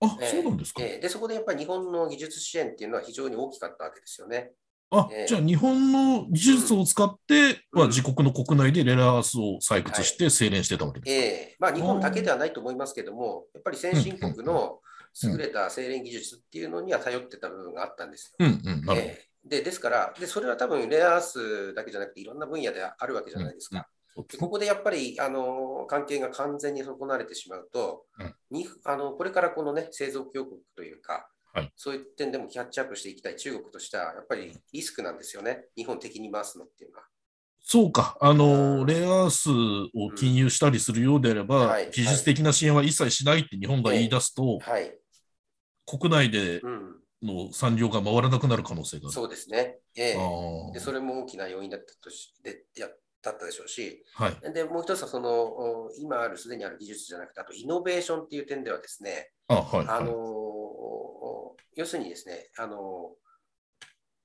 [SPEAKER 1] あ、
[SPEAKER 2] ええ
[SPEAKER 1] そうなんですか。
[SPEAKER 2] えーで、そこでやっぱり日本の技術支援っていうのは非常に大きかったわけですよね。
[SPEAKER 1] あ
[SPEAKER 2] ええ、
[SPEAKER 1] じゃあ日本の技術を使って
[SPEAKER 2] うん
[SPEAKER 1] は自国の国内でレラースを採掘して精錬してたわけです。
[SPEAKER 2] ええまあ、日本だけではないと思いますけども、やっぱり先進国の優れた精錬技術っていうのには頼ってた部分があったんです
[SPEAKER 1] う
[SPEAKER 2] よ。
[SPEAKER 1] んうん、なるほど。
[SPEAKER 2] ええでですからで、それは多分レアアースだけじゃなくて、いろんな分野であるわけじゃないですか。
[SPEAKER 1] そうで
[SPEAKER 2] です
[SPEAKER 1] ね
[SPEAKER 2] ここでやっぱりあの関係が完全に損なわれてしまうと、
[SPEAKER 1] うん
[SPEAKER 2] にあのこれからこの、ね、製造強国というか、
[SPEAKER 1] はい
[SPEAKER 2] そういう点でもキャッチアップしていきたい中国としては、やっぱりリスクなんですよね、日本的に回すのっていうのは。
[SPEAKER 1] そうか、あの、レアアースを禁輸したりするようであれ
[SPEAKER 2] うん
[SPEAKER 1] ば
[SPEAKER 2] はい、
[SPEAKER 1] 技術的な支援は一切しないって日本が言い出すと、
[SPEAKER 2] はい
[SPEAKER 1] 国内で
[SPEAKER 2] うん、
[SPEAKER 1] の産業が回らなくなる可能性がある。
[SPEAKER 2] そうですね、ええ
[SPEAKER 1] あ
[SPEAKER 2] でそれも大きな要因だったとしでやだったでしょうし、
[SPEAKER 1] あはい。
[SPEAKER 2] でもう一つはそのお今あるすでにある技術じゃなくて、あとイノベーションっていう点ではですね、
[SPEAKER 1] あ、はい。
[SPEAKER 2] あ
[SPEAKER 1] はい
[SPEAKER 2] のお要するにですね、あの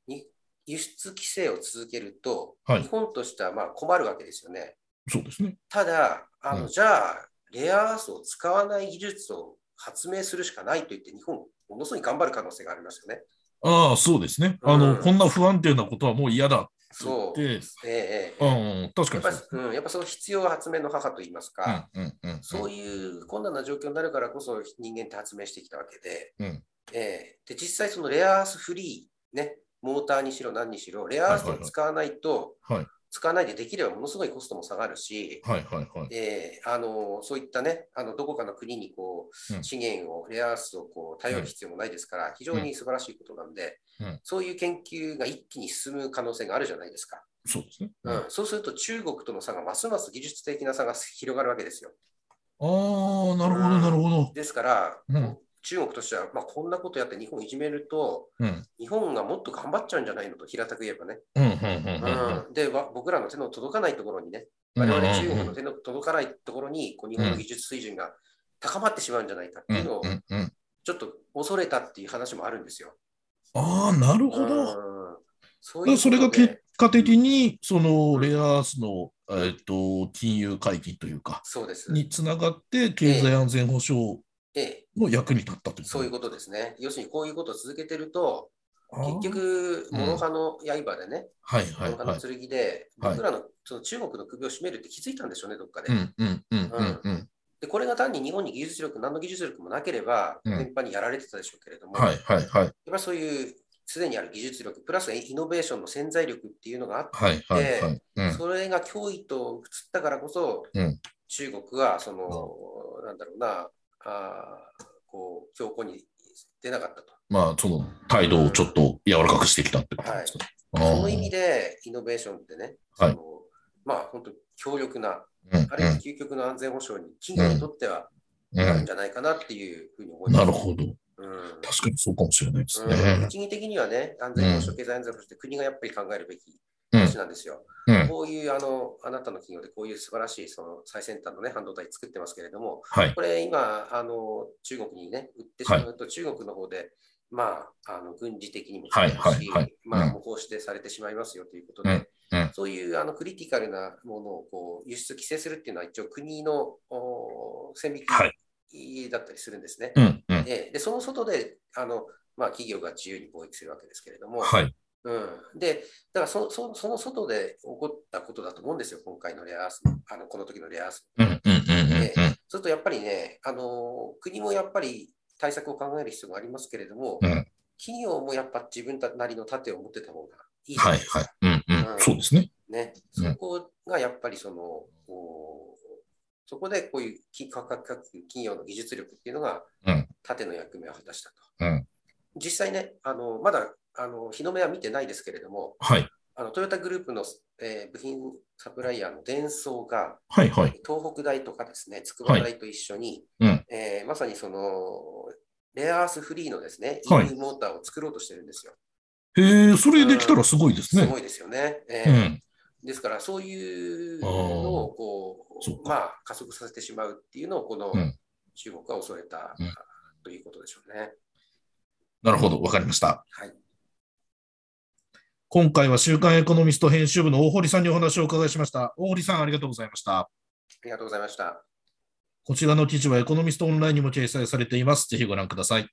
[SPEAKER 2] に輸出規制を続けると、
[SPEAKER 1] はい
[SPEAKER 2] 日本としてはまあ困るわけですよね。
[SPEAKER 1] そうですね。
[SPEAKER 2] ただ、あの
[SPEAKER 1] うん
[SPEAKER 2] じゃあ、レアアースを使わない技術を発明するしかないと言って、日本、ものすごい頑張る可能性がありますよね。
[SPEAKER 1] ああ、そうですね。
[SPEAKER 2] うん
[SPEAKER 1] あの、こんな不安定なことはもう嫌だ
[SPEAKER 2] そ
[SPEAKER 1] っ
[SPEAKER 2] う。え
[SPEAKER 1] て、
[SPEAKER 2] ええ
[SPEAKER 1] う
[SPEAKER 2] え
[SPEAKER 1] ん、
[SPEAKER 2] や
[SPEAKER 1] 確
[SPEAKER 2] っ
[SPEAKER 1] か
[SPEAKER 2] ぱり
[SPEAKER 1] にそう。、
[SPEAKER 2] うん、やっぱその必要は発明の母といいますか、
[SPEAKER 1] うん、うん、うん。
[SPEAKER 2] そういう困難な状況になるからこそ人間って発明してきたわけで、
[SPEAKER 1] うん
[SPEAKER 2] えーで実際そのレアアースフリー、ね、モーターにしろ何にしろ、レアアースを使わないと、
[SPEAKER 1] はいはいはい
[SPEAKER 2] 使わないでできればものすごいコストも下がるし、
[SPEAKER 1] はい、はい、はい。
[SPEAKER 2] えーあのそういったね、あのどこかの国にこ
[SPEAKER 1] う
[SPEAKER 2] うん資源を、レアアースをこう頼る必要もないですから、非常に素晴らしいことなんで、
[SPEAKER 1] うん
[SPEAKER 2] そういう研究が一気に進む可能性があるじゃないですか。
[SPEAKER 1] そうですね。
[SPEAKER 2] うん、そうすると中国との差がますます技術的な差が広がるわけですよ。
[SPEAKER 1] ああ、なるほど、なるほど。
[SPEAKER 2] ですから、
[SPEAKER 1] うん
[SPEAKER 2] 中国としては、まあ、こんなことやって日本をいじめると、
[SPEAKER 1] うん、
[SPEAKER 2] 日本がもっと頑張っちゃうんじゃないのと平たく言えばね。
[SPEAKER 1] うん、うん、うんうんうん。
[SPEAKER 2] うん、でわ僕らの手の届かないところにね、
[SPEAKER 1] うん
[SPEAKER 2] 我々
[SPEAKER 1] う
[SPEAKER 2] 中
[SPEAKER 1] ん
[SPEAKER 2] 国の手の届かないところにこう日本の技術水準が高まってしまうんじゃないかって
[SPEAKER 1] う
[SPEAKER 2] い
[SPEAKER 1] ん
[SPEAKER 2] うのを
[SPEAKER 1] うんうん
[SPEAKER 2] ちょっと恐れたっていう話もあるんですよ。
[SPEAKER 1] ああ、なるほど。
[SPEAKER 2] うんそ
[SPEAKER 1] だからそれが
[SPEAKER 2] け
[SPEAKER 1] 結果的に、そのレアアースの、えっと金融解禁というか、
[SPEAKER 2] そうです。
[SPEAKER 1] につながって、経済安全保障
[SPEAKER 2] ええ、
[SPEAKER 1] の役に立ったという。
[SPEAKER 2] そういうことですね。要するにこういうことを続けてると、
[SPEAKER 1] あー
[SPEAKER 2] 結、局、
[SPEAKER 1] うん
[SPEAKER 2] 諸刃の刃でね、
[SPEAKER 1] はいはい
[SPEAKER 2] 諸刃
[SPEAKER 1] は
[SPEAKER 2] の
[SPEAKER 1] い。
[SPEAKER 2] 剣で、
[SPEAKER 1] はい
[SPEAKER 2] 僕らのその中国の首を絞めるって気づいたんでしょうね、どっかで。
[SPEAKER 1] うんうんうんうんうん。
[SPEAKER 2] でこれが単に日本に技術力、何の技術力もなければ、
[SPEAKER 1] うん
[SPEAKER 2] 全般にやられてたでしょうけれども、
[SPEAKER 1] は
[SPEAKER 2] や
[SPEAKER 1] い
[SPEAKER 2] っ
[SPEAKER 1] はいはい。
[SPEAKER 2] ぱりそういうすでにある技術力、プラスイノベーションの潜在力っていうのがあって、
[SPEAKER 1] はいはいはい。うん
[SPEAKER 2] それが脅威と移ったからこそ、
[SPEAKER 1] うん
[SPEAKER 2] 中国はその、なんだろうな、あーこう強硬に出なかったと。
[SPEAKER 1] まあ、その態度をちょっと柔らかくしてきたってことですね。
[SPEAKER 2] その意味でイノベーションってね、
[SPEAKER 1] はい
[SPEAKER 2] そのまあ本当強力な、
[SPEAKER 1] あー
[SPEAKER 2] あるいは究極の安全保障に企業にとっては
[SPEAKER 1] うん
[SPEAKER 2] あ
[SPEAKER 1] う
[SPEAKER 2] るん
[SPEAKER 1] ん
[SPEAKER 2] じゃないかなっていうふうに思
[SPEAKER 1] う
[SPEAKER 2] い
[SPEAKER 1] ん
[SPEAKER 2] ます。
[SPEAKER 1] なるほど。
[SPEAKER 2] うん。
[SPEAKER 1] 確かにそうかもしれないです
[SPEAKER 2] うん
[SPEAKER 1] ね。
[SPEAKER 2] 一義的にはね、安全保障、経済安全保障って国がやっぱり考えるべき
[SPEAKER 1] うん
[SPEAKER 2] 話なんですよ。
[SPEAKER 1] うん。
[SPEAKER 2] こういうあの、あなたの企業でこういう素晴らしいその最先端の、ね、半導体作ってますけれども、
[SPEAKER 1] はい。
[SPEAKER 2] これ今、あの中国にね、売ってしまうと、中国の方で、まあ、あの軍事的にもそうだし
[SPEAKER 1] はいはいはい
[SPEAKER 2] まあ、
[SPEAKER 1] うん
[SPEAKER 2] 模倣してされてしまいますよということで、
[SPEAKER 1] うん
[SPEAKER 2] そういうあのクリティカルなものをこう輸出規制するっていうのは一応国のお線引
[SPEAKER 1] はい
[SPEAKER 2] きだったりするんですね。
[SPEAKER 1] うんうん。
[SPEAKER 2] ええでその外であの、まあ、企業が自由に貿易するわけですけれども、
[SPEAKER 1] はい。
[SPEAKER 2] うん、でだからそそその外で起こったことだと思うんですよ、今回のレアアースの、あのこの時のレアアース。
[SPEAKER 1] うんうんうんうんうん。
[SPEAKER 2] それとやっぱりね、あの国もやっぱり対策を考える必要がありますけれども、
[SPEAKER 1] うん
[SPEAKER 2] 企業もやっぱ自分たなりの盾を持ってた方がいいじゃ
[SPEAKER 1] は
[SPEAKER 2] ないいですか
[SPEAKER 1] はい。うんうん。そうですね。
[SPEAKER 2] ね、
[SPEAKER 1] う
[SPEAKER 2] そ
[SPEAKER 1] ん
[SPEAKER 2] こがやっぱりその、こうそこでこういう企価格各企業の技術力っていうのが
[SPEAKER 1] うん
[SPEAKER 2] 盾の役目を果たしたと。
[SPEAKER 1] うん。
[SPEAKER 2] 実際ね、あのまだあの日の目は見てないですけれども、
[SPEAKER 1] はい。
[SPEAKER 2] あのトヨタグループの、えー部品サプライヤーのデンソーが
[SPEAKER 1] はいはい。
[SPEAKER 2] 東北大とかですね、筑波大と一緒に、
[SPEAKER 1] うん。
[SPEAKER 2] えーまさにそのレアアースフリーのですね、
[SPEAKER 1] はい
[SPEAKER 2] EV モーターを作ろうとしてるんですよ。
[SPEAKER 1] へえ、それできたらすごいです
[SPEAKER 2] す
[SPEAKER 1] ね。
[SPEAKER 2] ごいですよね。え
[SPEAKER 1] う
[SPEAKER 2] ー
[SPEAKER 1] ん。
[SPEAKER 2] ですから、そうい
[SPEAKER 1] あ
[SPEAKER 2] う
[SPEAKER 1] ー
[SPEAKER 2] のをこ
[SPEAKER 1] そう
[SPEAKER 2] う、
[SPEAKER 1] か
[SPEAKER 2] まあ、加速させてしまうっていうのを、この
[SPEAKER 1] うん
[SPEAKER 2] 中国は恐れた
[SPEAKER 1] うん
[SPEAKER 2] ということでしょうね。
[SPEAKER 1] なるほど。わかりました。
[SPEAKER 2] はい。
[SPEAKER 1] 今回は週刊エコノミスト編集部の大堀さんにお話をお伺いしました。大堀さん、ありがとうございました。
[SPEAKER 2] ありがとうございました。
[SPEAKER 1] こちらの記事はエコノミストオンラインにも掲載されています。ぜひご覧ください。